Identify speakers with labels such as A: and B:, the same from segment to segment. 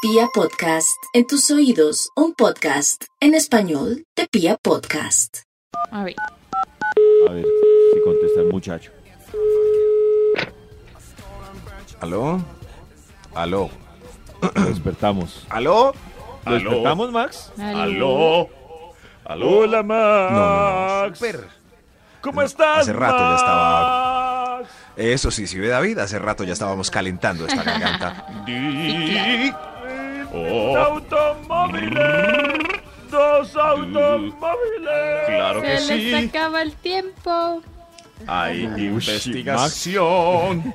A: Pia Podcast, en tus oídos, un podcast en español de Pia Podcast.
B: A ver.
C: A ver si contesta el muchacho.
D: ¿Aló? ¿Aló?
C: Lo despertamos.
D: ¿Aló?
C: ¿Lo despertamos, Max?
B: Aló.
C: ¿Aló? Hola, Max.
D: No, no, no. Súper.
C: ¿Cómo
D: No,
C: estás?
D: hace rato ya
C: estaba.
D: Eso sí, si ve David, hace rato ya estábamos calentando esta garganta.
C: Automóviles. Dos automóviles.
E: Claro que
B: Se les
E: sí.
B: acaba el tiempo.
E: Hay
C: investigación.
E: investigación.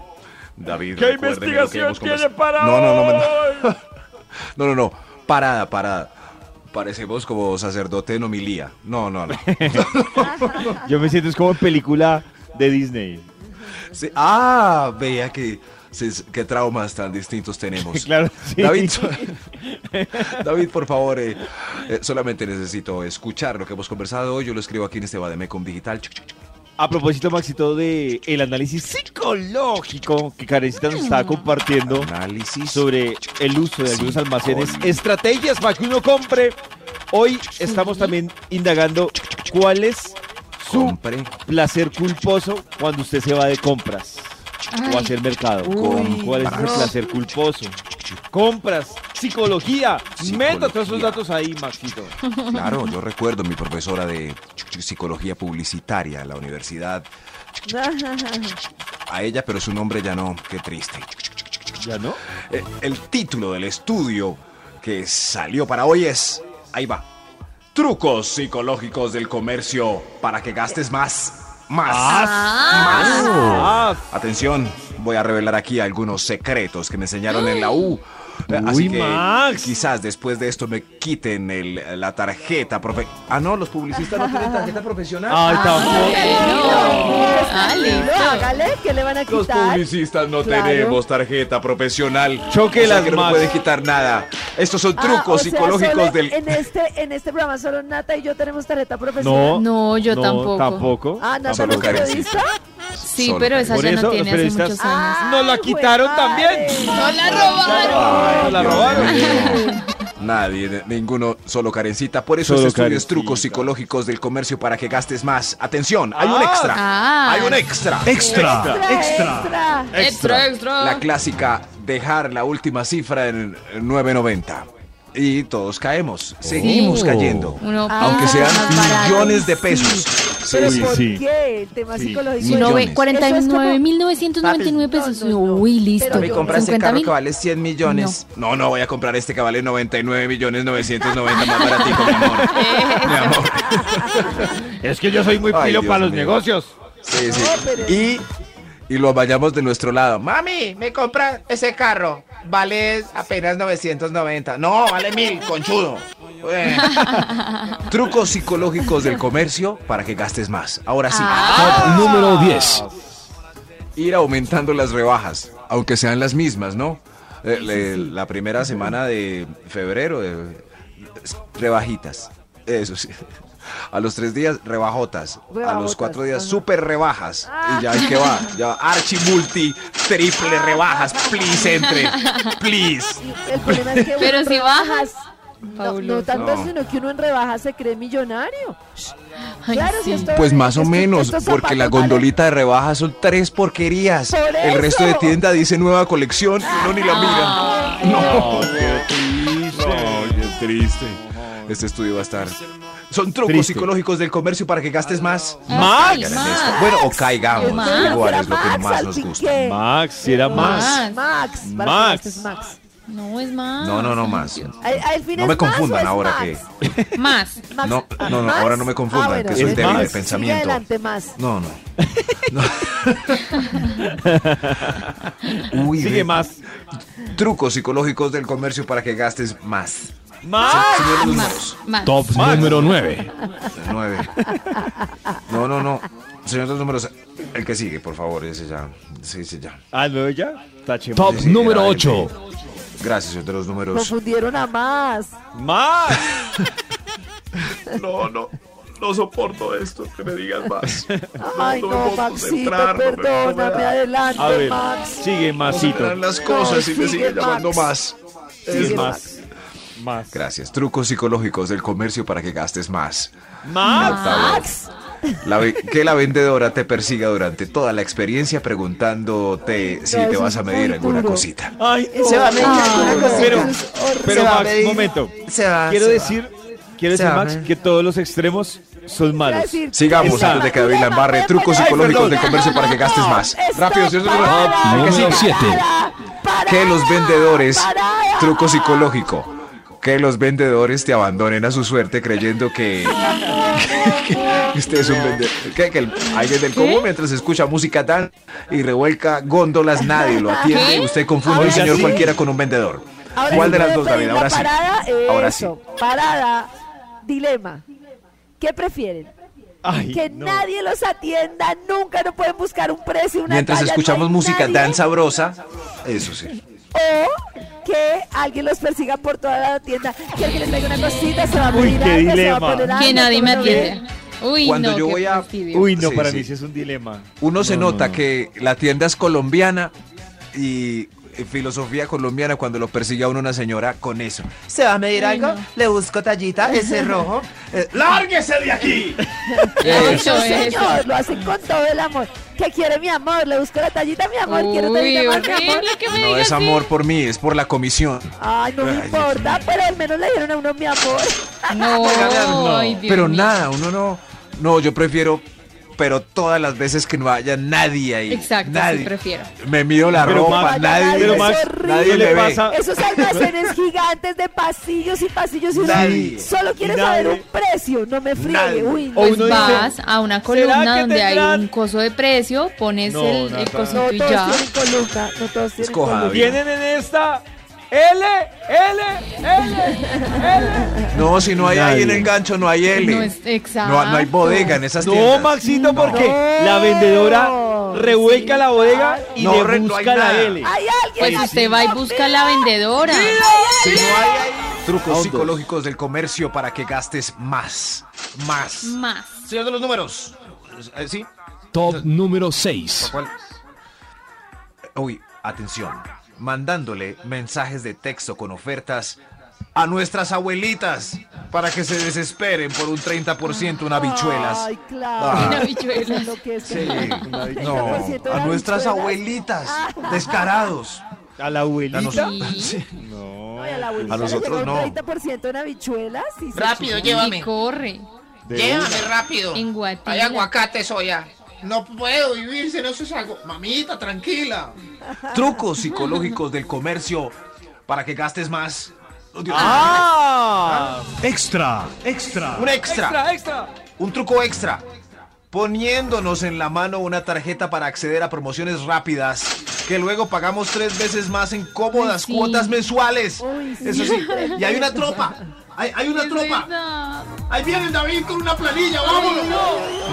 E: David,
C: ¿Qué
E: recuerde que lo que
C: investigación
E: hemos
C: tiene
E: conversado-
C: para
D: No, no, no, me-
C: hoy?
D: No, no, no. Parada, parada. Parecemos como sacerdote en homilía. No, no, no.
C: Yo me siento es como en película de Disney.
D: Sí, Ah, veía que se- qué traumas tan distintos tenemos.
C: Claro, sí.
D: David, so- David, por favor, eh, eh, solamente necesito escuchar lo que hemos conversado hoy. Yo lo escribo aquí en este Bademecum Digital. Chuc, chuc, chuc.
C: A propósito, Maxito, de el análisis psicológico que Karencita nos estaba compartiendo
D: Análisis.
C: sobre el uso de algunos almacenes, estrategias para que uno compre. Hoy estamos también indagando cuál es su
D: Compre.
C: placer culposo cuando usted se va de compras o a hacer mercado.
D: Uy,
C: ¿Cuál es
D: no.
C: su placer culposo? Compras, psicología, meta todos esos
D: Psicología.
C: datos ahí, Maxito.
D: Claro, yo recuerdo mi profesora de psicología publicitaria en la universidad. A ella, pero su nombre ya no. Qué triste.
C: ¿Ya no?
D: Eh, El título del estudio que salió para hoy es, ahí va, trucos psicológicos del comercio para que gastes más, más,
C: Ah,
D: más. Atención, voy a revelar aquí algunos secretos que me enseñaron en la U. Eh,
C: Uy,
D: Así que
C: Max.
D: quizás después de esto me quiten el- la tarjeta. profe- ah, no, los publicistas no tienen tarjeta profesional.
C: Ay, tampoco.
F: Ah,
B: Ah, listo.
F: Hágale, ¿qué le van a
D: Los
F: quitar?
D: publicistas no
F: Claro.
D: tenemos tarjeta profesional.
C: Choque
D: O sea
C: las
D: que no me
C: más.
D: pueden quitar nada. Estos son
F: Ah,
D: trucos
F: o sea,
D: psicológicos
F: solo
D: del.
F: En este, en este programa solo Nata y yo tenemos tarjeta
C: No,
F: profesional.
B: No, yo tampoco.
C: tampoco.
F: Ah, Nata
D: Solo
F: no es periodista.
B: Sí,
D: Solo
B: pero
D: Karen.
B: esa
C: Por
B: ya
C: eso
B: no
C: los
B: tiene hace
C: periodistas-
B: muchos años.
F: Ah,
C: Nos la
F: güey,
C: quitaron también.
F: madre.
C: Ay, Ah, la
D: Dios
C: robaron.
D: mío. Nadie, de- ninguno, solo Karencita. Por eso
C: Solo
D: este estudio es
C: Karencita.
D: trucos psicológicos del comercio para que gastes más. Atención, hay un
C: Ah.
D: extra.
B: Ah.
D: Hay un extra.
F: Extra, extra.
B: Extra, extra.
D: La clásica, dejar la última cifra en 9.90. Y todos caemos. Seguimos
C: Oh.
B: Sí.
D: cayendo.
B: Uno
D: Aunque
B: piensa
D: sean
B: Ah, más barato.
D: millones de pesos.
F: Ah, Pero
C: Sí,
F: ¿por
C: sí.
F: qué? El tema psicológico.
B: Si no ve
D: millones.
B: 49.999 pesos.
F: No, no, no.
B: Uy, listo.
F: Pero
D: Me
F: yo-
D: compras ese
B: 50.000.
D: carro que vale 100 millones. No. no, voy a comprar este que vale 99 millones 990 más baratico, mi amor.
B: Eh,
D: Mi amor.
C: Es que yo soy muy
D: Ay,
C: pilo
D: Dios
C: para los
D: mío.
C: negocios.
D: Sí, sí.
F: pero-
D: Y, y lo vayamos de nuestro lado. Mami, me compra ese carro. Vale apenas 990. No, vale mil, conchudo. Eh. Trucos psicológicos del comercio para que gastes más. Ahora sí.
F: Ah.
D: número 10. Ir aumentando las rebajas, aunque sean las mismas, ¿no? Eh, le- la primera semana de febrero, eh, rebajitas. Eso sí. A los tres días, rebajotas. A los
F: Rebajotas,
D: cuatro días,
F: ajá. Ah.
D: super rebajas. Y ya, ¿qué va? Ya, archi multi, triple rebajas. Please, entre. Please.
F: El problema es que uno
B: Pero
F: en
B: si
F: rebajas- No,
B: Fabuloso.
F: no tanto,
D: No.
F: sino que uno en rebajas se cree millonario.
B: Ay,
F: claro,
B: sí.
F: si esto-
D: Pues más o
F: estos-
D: menos,
F: estos
D: porque la
F: zapatos valen-
D: gondolita de rebajas son tres porquerías.
F: Por
D: El resto de
F: eso. Ah.
D: tienda dice nueva colección y uno ni la
B: Ah,
D: mira. No, triste. Este estudio va a estar. Son trucos
C: Triste.
D: psicológicos del comercio para que gastes más.
B: Ay,
C: Max.
D: Hagan
B: Max.
D: esto. Bueno, o caigamos.
B: Max.
D: Igual es lo que más nos gusta.
F: Salpique.
C: Ah, Max, si era más.
B: Max.
F: Max. para que
C: Max.
F: este es Max.
B: No es más.
D: No, no, no
B: Ay,
D: más.
B: Dios.
F: Al- al fin
D: No me
F: es Max o
D: confundan
F: es
D: ahora
F: Max.
D: que.
B: Más.
F: Max-
D: No, no, no,
F: ¿Max?
D: ahora no me
F: Ah,
D: confundan, que soy
C: es
D: débil
C: Max.
D: de
C: Sigue
D: pensamiento.
F: Sigue adelante, más.
D: No, no. No. Uy,
C: Sigue
D: ve,
C: más.
D: Trucos psicológicos del comercio para que gastes más.
C: Más.
D: Señor de los números.
B: Más.
C: Número 9.
D: Nueve. No, no, no. Señor de los números, el que sigue, por favor, ese ya. Sí, ese ya.
C: Ah, no, ya. Tachemos.
D: Top número 8. Gracias, señor de los números.
F: Confundieron a más.
C: Más.
E: No, no. No soporto esto, que me digas más.
F: Ay,
E: me
F: no,
E: puedo
F: Maxito,
E: concentrar, no me- no me
F: perdóname.
E: da.
F: adelante,
C: A ver,
F: Max.
C: sigue
D: Verán
C: masito.
D: las cosas y me
F: sigue
D: sigue llamando
F: Max.
D: más.
C: Es
F: sí,
C: más. Más.
D: Gracias. Trucos psicológicos del comercio para que gastes más.
C: Más.
F: Ah, Max.
D: La ve- que la vendedora te persiga durante toda la experiencia preguntándote si
F: No,
D: te
F: eso
D: vas a
F: es
D: medir
F: muy
D: alguna
F: duro.
D: cosita.
C: Ay,
D: Se va a
C: ay,
D: medir alguna cosita.
C: Pero, pero
D: Se va a
C: Max,
D: medir.
C: momento.
D: Se va,
C: Quiero
D: se
C: decir, quiero
D: Se
C: decir,
D: va,
C: Max,
D: man.
C: que todos los extremos son malos.
D: Sigamos
C: Exacto.
D: antes de que David la embarre. Trucos
C: Ay,
D: psicológicos
C: perdón.
D: del comercio para que gastes más. Rápido, señor.
F: parada,
D: Que sí.
G: Número 7.
D: Que los vendedores.
F: parada.
D: Truco psicológico. Que los vendedores te abandonen a su suerte creyendo que. que usted es un vendedor. Que, que el- alguien del común mientras escucha música tan y revuelca góndolas, nadie lo atiende.
B: ¿Qué?
D: y Usted confunde
C: Ahora
D: un señor
C: sí.
D: cualquiera con un vendedor.
F: Ahora
D: ¿Cuál
F: sí
D: de las
F: puede
D: dos, David?
F: pedir
D: Ahora
F: la
D: sí.
F: parada,
D: Ahora sí.
F: eso, Parada, dilema. ¿Qué prefieren?
C: Ay,
F: Que
C: no.
F: nadie los atienda nunca, no pueden buscar un precio, una
D: Mientras
F: talla, no
D: escuchamos
F: hay
D: música
F: nadie,
D: tan sabrosa. Eso sí.
F: O que alguien los persiga por toda la tienda, que alguien les traiga una cosita, se va a
C: Uy,
F: morir
C: qué
F: algo, se va
C: dilema.
F: a poner
B: Que
F: algo,
B: nadie me
F: ¿cómo lo ven?
B: atiende. Uy,
D: Cuando
B: no,
D: yo
B: qué
D: voy a-
B: fastidio.
C: Uy, no,
D: Sí,
C: para
D: sí.
C: mí sí es un dilema.
D: Uno se
C: No, no,
D: nota
C: no.
D: que la tienda es colombiana y eh, filosofía colombiana cuando lo persigue a uno una señora con eso. ¿Se va a medir
B: Ay,
D: algo?
B: no.
D: Le busco tallita, ese rojo. Eh,
E: ¡Lárguese de aquí!
B: Eso
F: No,
B: es.
F: señor, lo hacen con todo el amor. ¿Qué quiere mi amor? Le busco la tallita, mi amor. ¿Quiere tallita
B: Uy,
F: más, mi amor?
B: horrible que me
D: no
B: diga
D: es
B: así.
D: amor por mí, es por la comisión.
F: Ay, no me
D: Ay, Dios
F: importa, pero al menos le dieron a uno mi amor.
B: No, ay, Dios
D: pero
B: mío.
D: nada, uno no. No, yo prefiero, pero todas las veces que no haya nadie ahí.
B: Exacto, sí,
D: nadie.
B: prefiero.
D: Me mido la
C: Pero
D: ropa,
C: Max-
D: nadie.
C: pero
D: me-
C: Max,
D: nadie
C: ¿qué le
D: me ve.
C: pasa?
F: Esos almacenes gigantes de pasillos y pasillos y uno
D: Nadie.
F: solo quiere
C: Nadie.
F: saber un precio. No me friegue.
D: Nadie.
F: Uy,
C: O
F: no.
B: Pues
C: uno dice,
B: vas a una
C: "¿Será
B: columna
C: que
B: donde hay
C: tendrán?"
B: un coso de precio, pones
C: No,
B: el,
C: nada.
B: el
F: No
B: cosito y
F: todos
B: ya.
F: tienen columna, no todos tienen
D: Escoja,
F: columna.
D: David.
C: Vienen en esta L, L, L,
D: No, si no hay ahí en
C: Nadie.
D: el gancho, no hay L.
B: No es- exacto.
D: No, no hay bodega en esas
C: L. No,
D: tiendas.
C: Maxito,
D: No.
C: porque la vendedora revuelca
F: Sí,
C: la bodega y
D: No,
C: le
D: re- no hay
C: busca la
D: nada.
C: L.
F: Hay alguien.
B: Pues
F: aquí?
B: usted va y busca a la vendedora.
D: Si no hay ahí, trucos
C: Autos.
D: psicológicos del comercio para que gastes más. Más.
B: Más.
D: Señor de los números. Eh, ¿Sí?
G: Top número 6.
D: ¿Cuál? Uy, atención. Mandándole mensajes de texto con ofertas a nuestras abuelitas para que se desesperen por un 30% una bichuelas.
F: Ay, claro.
D: Ah.
B: Una bichuela.
F: Eso es lo que es.
D: Sí, no,
F: 30% de
D: a nuestras
F: habichuelas. Ah.
D: abuelitas, descarados.
C: A la abuelita.
D: A nosotros.
B: Sí.
C: No.
F: Ay, a la abuelita
D: A
F: le
D: nosotros
F: llegó
D: no.
F: un 30% en habichuelas. y se
H: Rápido,
B: Y
H: llévame.
B: corre.
C: de
H: Llévame rápido.
B: En Guatila.
H: Hay aguacate, soya. No puedo vivir si no se algo. Mamita, tranquila.
D: Trucos psicológicos del comercio para que gastes más. Oh, Dios.
C: ¡Ah!
G: Extra, extra.
D: un extra.
C: Extra, extra.
D: Un truco extra. Poniéndonos en la mano una tarjeta para acceder a promociones rápidas que luego pagamos tres veces más en
B: Ay,
D: cómodas
B: sí.
D: cuotas mensuales.
F: Uy, sí.
D: Eso sí. Y hay una tropa. Hay, hay una
B: Es
D: tropa.
B: verdad.
H: Ahí viene David con una planilla, vámonos.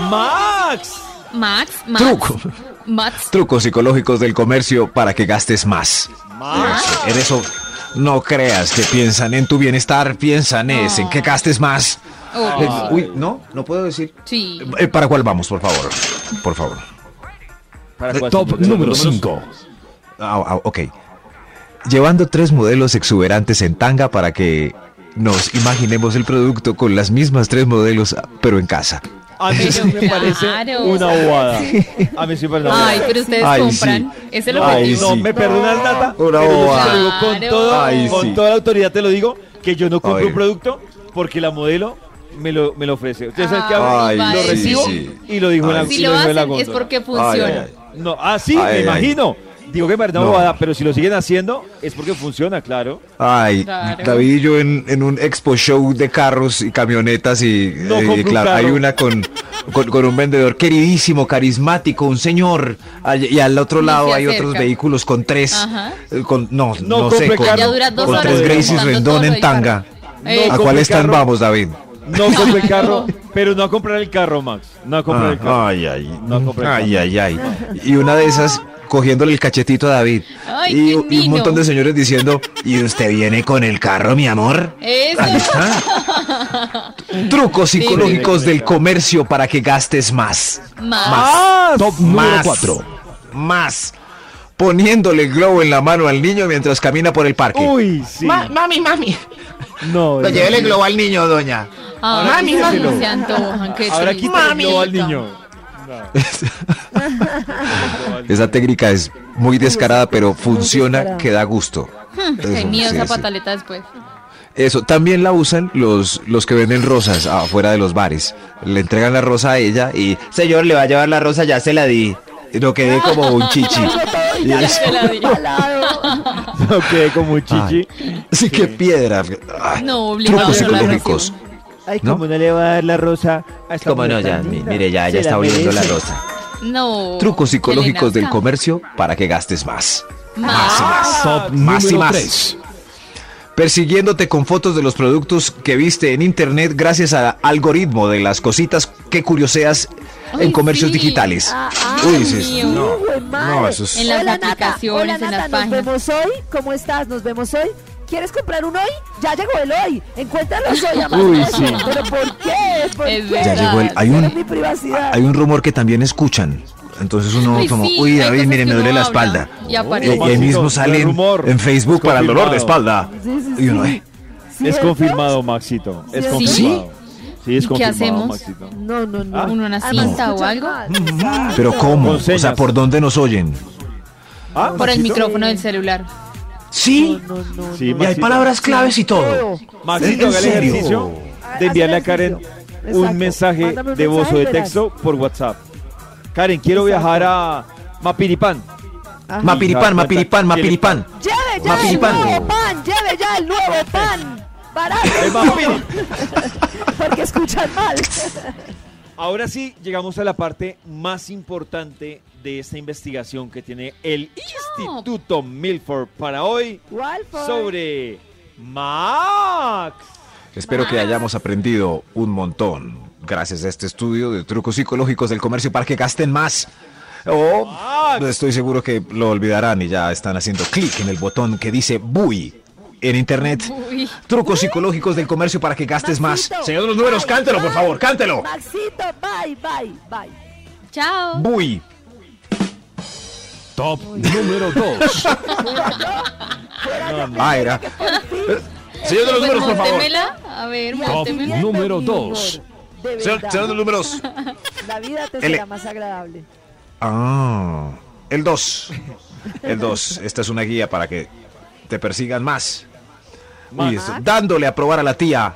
C: Max.
B: Max, Max.
D: Truco.
B: Max.
D: Trucos psicológicos del comercio para que gastes más.
C: Max.
D: En eso no creas que piensan en tu bienestar, piensan es en que gastes más. Eh,
B: Oh,
D: Uy, no, no puedo decir.
B: sí.
D: Eh, ¿Para cuál vamos, por favor? Por favor.
C: Para cuatro,
G: Top
C: porque
G: número
C: los números-
G: 5.
D: Ah, ah, ok. Llevando tres modelos exuberantes en tanga para que nos imaginemos el producto con las mismas tres modelos, pero en casa.
C: A mí sí me
B: Pero
C: parece
B: claro.
C: una bobada. A mí sí me parece una
B: Ay,
C: bobada.
B: pero ustedes
D: Ay, sí.
B: compran. Es el
C: Ay,
B: objetivo.
D: sí.
C: no, me perdonas, Nata.
D: Una
C: pero yo
D: bobada.
C: te lo digo con,
B: Claro.
C: todo-
D: Ay,
C: con
D: sí.
C: toda la autoridad te lo digo que yo no compro
D: Ay.
C: un producto porque la modelo me lo, me lo ofrece. Ustedes saben que hago,
B: Ah, Ay,
C: lo
B: sí,
C: recibo
D: sí.
C: y lo digo en la
D: Ay,
B: Si
C: y
B: lo
C: digo en la
B: hacen es
C: góndola.
B: porque funciona.
D: ay.
C: No, ah, sí,
D: Ay,
C: me
D: ay.
C: imagino. Digo que me parece una
D: No.
C: bobada, pero si lo siguen haciendo es porque funciona, claro.
D: Ay,
B: Claro.
D: David y yo en, en un expo show de carros y camionetas y,
C: No
D: eh,
C: compro un
D: claro, hay
C: carro.
D: una con, con, con un vendedor queridísimo, carismático, un señor, Ay, y al otro
B: Ni
D: lado
B: se
D: hay
B: acerca.
D: otros vehículos con tres,
B: Ajá.
D: eh, con, no,
C: No
D: no, sé,
C: compre
D: con,
C: carro.
B: Ya dura dos
D: con
B: horas
D: tres Gracies
B: contando todo
D: Rendón
B: lo
D: en
B: del
D: tanga.
B: carro. Eh,
D: ¿A
C: No
D: cuál
C: compre
D: están
C: carro.
D: vamos, David?
C: No compré el carro,
B: no.
C: pero no a comprar el carro, Max. No a comprar el carro.
D: Ah, ay, ay.
C: No compré el
D: ay, ay, ay. Y una de esas cogiéndole el cachetito a David.
B: Ay,
D: y,
B: qué
D: y un
B: mino.
D: montón de señores diciendo, ¿y usted viene con el carro, mi amor? Ahí
B: Eso.
D: está. Trucos psicológicos del comercio para que gastes más.
B: Más.
C: Más.
D: Top
G: número
D: más,
G: cuatro.
D: Más. poniéndole el globo en la mano al niño mientras camina por el parque.
C: Uy, sí.
H: Ma- mami, mami.
C: No, no.
H: Pero llévele el globo al niño, doña.
B: Ahora
H: Mami,
B: sí
H: mami.
B: Ah, se antojan. Qué
C: Ahora
B: triste.
C: quítale el globo al niño.
D: Esa técnica es muy descarada, pero funciona,
F: descarada.
D: que da gusto.
B: Qué
D: Eso,
B: miedo
D: sí,
B: esa
D: sí.
B: pataleta después.
D: Eso, también la usan los, los que venden rosas afuera de los bares. Le entregan la rosa a ella y, señor, le va a llevar la rosa, ya se la di. Y No quedé como un chichi. Y
F: Ya
D: él-
B: se la di.
F: Palado.
C: No quedé como un chichi.
D: sí, qué piedra. Ay,
B: No, obligado.
D: trucos
B: no la
D: psicológicos.
B: recibo.
C: Ay,
D: ¿No?
C: cómo no le va a dar la rosa. a esta
D: Cómo no,
C: mujer
D: ya,
C: tan
D: mi-
C: linda?
D: mire, ya,
C: Se
D: ya está
C: merece.
D: oliendo la rosa.
B: No.
D: Trucos psicológicos
B: que le
D: del Ah,
B: nazca.
D: comercio para que gastes más.
B: Más.
G: Top
D: Más y
G: número
D: más.
G: 3.
D: Persiguiéndote con fotos de los productos que viste en internet gracias al algoritmo de las cositas que curioseas
B: Ay,
D: en comercios
B: sí.
D: digitales.
F: Ah,
D: Uy,
B: ay,
D: dices,
B: mío.
D: no,
F: Hijo de madre.
D: no, eso es-
B: En las
F: Hola, Nata.
B: aplicaciones,
F: Hola,
B: en
F: Nata,
B: las
F: nos
B: páginas.
F: vemos hoy. ¿Cómo estás? Nos vemos hoy. ¿Quieres comprar un hoy? Ya llegó el hoy. Encuéntranos hoy, amado.
C: Uy, sí.
F: ¿Pero por qué? ¿Por
B: Es
F: qué?
D: Ya
B: verdad.
D: llegó el. Hay
F: Quiero mi
D: un,
F: privacidad.
D: hay un rumor que también escuchan. Entonces uno
B: Ay,
D: como,
B: sí,
D: uy,
B: hay
D: David,
B: cosas
D: mire,
B: que
D: me
B: uno
D: duele la
B: habla
D: espalda. Eh,
B: y
D: Y, y
B: aparece.
D: ahí mismo salen
C: rumor.
D: en Facebook para el dolor de espalda.
F: Sí, sí,
D: Y uno,
F: sí.
D: eh,
C: Es
F: ¿Cierto?
C: confirmado, Maxito. Es
F: ¿Sí?
C: confirmado. Sí, es
B: ¿Y qué
C: confirmado,
B: hacemos?
C: Maxito.
F: No, no, no.
C: Ah.
B: Uno una
F: Además,
B: cinta o
F: escucha
B: algo.
F: mal,
D: Mm.
F: exacto.
D: pero ¿cómo?
C: Con
D: O sea,
C: señas.
D: ¿por dónde nos oyen?
C: Ah,
B: Por el
C: Maxito.
B: micrófono del celular.
D: Sí,
F: No, no, no.
C: Sí,
F: no.
D: y hay
C: Maxito.
D: palabras claves y todo.
C: Maxito, haga el
D: serio?
C: ejercicio
F: Haz
C: de
F: Ah, el
C: enviarle a Karen
F: ejercicio. Exacto.
C: un mensaje
F: Mándame un
C: de voz o
F: mensaje y
C: de
F: verás.
C: texto por WhatsApp. Karen, quiero
F: Exacto.
C: viajar a Mapiripán.
F: Ajá.
D: Mapiripán, mapiripán, mapiripán.
F: Lleve ya el
D: Mapiripán.
F: nuevo pan, lleve ya el nuevo pan. Barato.
C: El Mapiri.
F: Porque escuchan mal.
C: Ahora sí, llegamos a la parte más importante de esta investigación que tiene el Instituto Milford para hoy
F: Walford.
C: sobre Max.
D: Espero que hayamos aprendido un montón gracias a este estudio de trucos psicológicos del comercio para que gasten más. O estoy seguro que lo olvidarán y ya están haciendo clic en el botón que dice BUI en internet.
B: Uy.
D: Trucos psicológicos del comercio para que gastes más.
F: Maxito,
D: Señor de los números,
F: bye,
D: cántelo, por
F: bye.
D: favor, cántelo.
F: Maxito, bye, bye, bye.
B: Chao.
D: BUI.
G: Top número 2.
D: Ah, era. Señor de los números, por favor.
B: Móntemela. Pues, A ver,
G: Top
B: móntemela.
G: número
F: dos.
G: 2.
F: De
D: Señor,
F: verdad,
D: señor de los números.
F: la vida te
D: Ele-
F: será más agradable.
D: Ah, el 2. El 2. Esta es una guía para que te persigan más. Uy, eso, dándole a probar a la tía.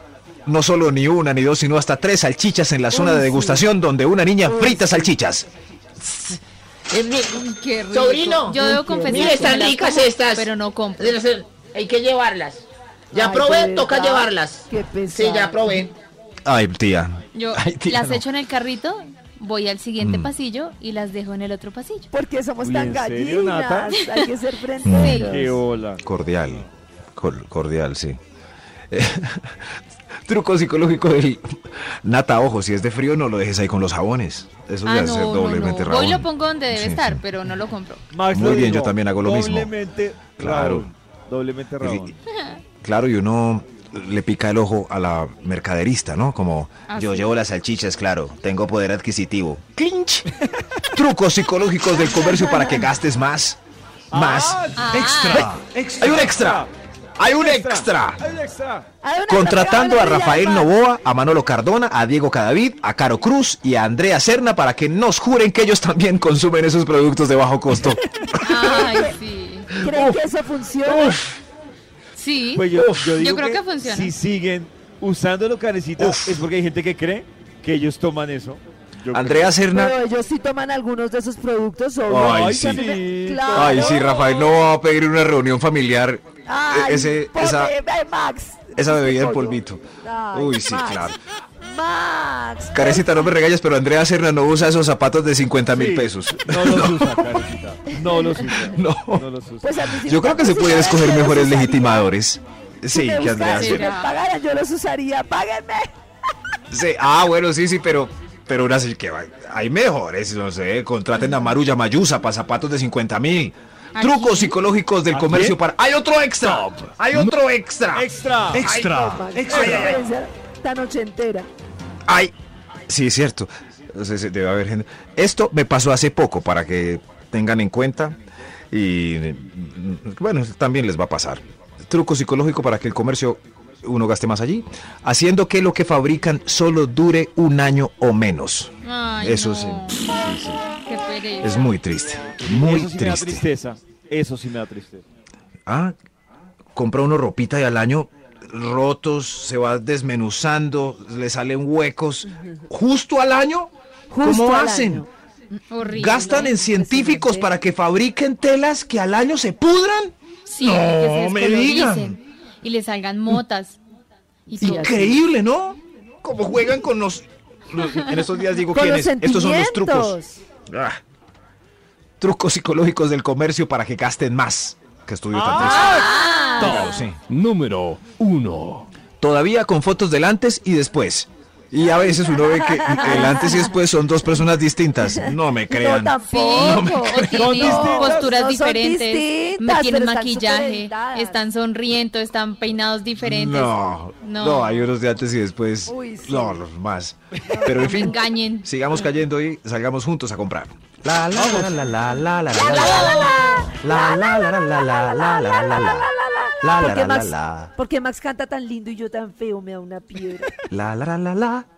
D: No solo ni una, ni dos, sino hasta tres salchichas en la zona de degustación donde una niña frita salchichas.
B: Uy, qué rico.
H: Sobrino.
B: Yo debo confesar.
H: Mira,
B: Pues que
H: Eh, están
B: me las
H: ricas
B: como,
H: estas.
B: Pero no compro.
H: Debe ser- Hay que llevarlas. Ya
F: Ay,
H: probé,
F: de
H: toca
F: verdad.
H: llevarlas.
F: Qué pesar.
H: Sí, ya probé.
D: Ay, tía.
B: Yo
D: Ay, tía,
B: las
D: no.
B: echo en el carrito, voy al siguiente
D: Mm.
B: pasillo y las dejo en el otro pasillo.
F: Porque somos
C: Uy,
F: tan
C: ¿en serio, Nata?
F: gallinas. Hay que ser
C: Qué
F: frente.
C: hola.
D: Cordial. Cor- cordial, sí. Eh, Truco psicológico del nata, ojo, si es de frío no lo dejes ahí con los jabones. Eso
B: Ah,
D: ya
B: no,
D: es
B: no,
D: doblemente
B: no.
D: rabón.
B: Voy y lo pongo donde debe
D: Sí,
B: estar,
D: sí.
B: pero no lo compro.
C: Max
D: Muy
C: lo
D: bien,
C: dijo,
D: yo también hago lo mismo.
C: Doblemente
D: Claro.
C: rabón. Doblemente rabón.
D: Claro, y uno le pica el ojo a la mercaderista, ¿no? Como
B: Ah,
D: yo
B: sí.
D: llevo las salchichas, claro, tengo poder adquisitivo. ¡Clinch! Trucos psicológicos del comercio para que gastes más. Más.
B: Ah,
G: Extra.
D: Hay un extra. Hay un extra.
C: Hay un extra.
F: Hay una
D: Contratando a
F: tapiola
D: Rafael
F: brillante.
D: Novoa, a Manolo Cardona, a Diego Cadavid, a Caro Cruz y a Andrea Serna para que nos juren que ellos también consumen esos productos de bajo costo.
B: Ay, sí.
F: ¿Creen que eso funciona?
B: Sí.
C: Pues yo, yo digo
B: creo que funciona.
C: Si siguen usando lo carecita
D: Uf.
C: es porque hay gente que cree que ellos toman eso. Yo
D: Andrea Serna.
F: Pero ellos sí toman algunos de esos productos. ¿o no?
D: Ay,
C: Ay,
D: sí.
C: sí.
F: Claro.
D: Ay, sí, Rafael Novoa va a pedir una reunión familiar.
F: Ay,
D: E- ese-
F: pobre,
D: esa-
F: ay, Max.
D: Esa bebida en
F: Pollo.
D: polvito.
F: Ay,
D: Uy, sí,
F: Max.
D: claro.
F: Max.
D: Carecita, no me regalles, pero Andrea Serna no usa esos zapatos de 50 mil pesos.
C: No los usa, carecita. No los usa.
D: No.
C: No los usa.
F: Pues a mí sí
D: Yo
F: me
D: creo que se
F: parece
D: pueden escoger
F: yo los
D: mejores
F: usaría.
D: legitimadores.
F: Si
D: Sí,
F: me
D: que Andrea
F: buscaran, si me
D: Serna.
B: Serna.
F: pagaran, yo los usaría. Páguenme.
D: Sí, ah, bueno, sí, sí, pero. Pero una sí que va- hay mejores, no sé, contraten a Maruya Mayusa para zapatos de 50 mil.
B: ¿A quién?
D: Trucos psicológicos del
C: ¿A
D: comercio
C: quién?
D: para. ¡Hay otro extra! ¡Hay otro extra!
C: Extra.
G: Extra. Extra.
F: Esa Tan ochentera.
D: ¡Ay! Sí, es cierto. O sea, sí, debe haber gente- Esto me pasó hace poco, para que tengan en cuenta. y eh, bueno, también les va a pasar. Truco psicológico para que el comercio uno gaste más allí, haciendo que lo que fabrican solo dure un año o menos.
B: Ay,
D: Eso
B: no.
D: sí.
B: Qué pereza.
D: Es muy triste, muy
C: Eso sí me da
D: triste.
C: tristeza. Eso sí me da tristeza.
D: Ah, compra uno ropita y al año rotos, se va desmenuzando, le salen huecos. Justo al año,
F: Justo
D: ¿cómo
F: al
D: hacen?
F: año.
B: Horrible.
D: ¿Gastan en científicos
F: Impresionante.
D: para que fabriquen telas que al año se pudran?
B: Sí, que
D: No
B: se
D: me
B: descoloricen Y le salgan motas. Y todo.
D: Increíble, ¿no? Como juegan con los... los- en estos días digo
F: Con los
D: quiénes. Estos son los trucos.
F: sentimientos.
D: Ah. trucos psicológicos del comercio para que gasten más. Que estudio tan triste.
F: Ah.
D: Claro, sí.
I: Número 1.
D: todavía con fotos del antes y después. Y a veces uno ve que el antes y después son dos personas distintas. No me crean.
F: No,
B: Sí,
F: tampoco.
B: o tienen
C: No, no,
B: posturas
F: no son
B: diferentes,
F: distintas,
B: ma- tienen
F: pero están
B: maquillaje,
F: superdentadas.
B: están sonriendo, están peinados diferentes.
D: no,
B: No.
D: no, hay unos de antes y después.
F: Uy, sí.
D: No, los más. Pero en
B: Me
D: fin,
B: engañen.
D: sigamos cayendo y salgamos juntos a comprar. La la la la la la la la la la la la la la la la la la la la la
F: ¿Por qué
D: la la
F: Max,
D: la
F: por qué Max canta tan lindo y yo tan feo? Me da una piedra.
D: la la la la la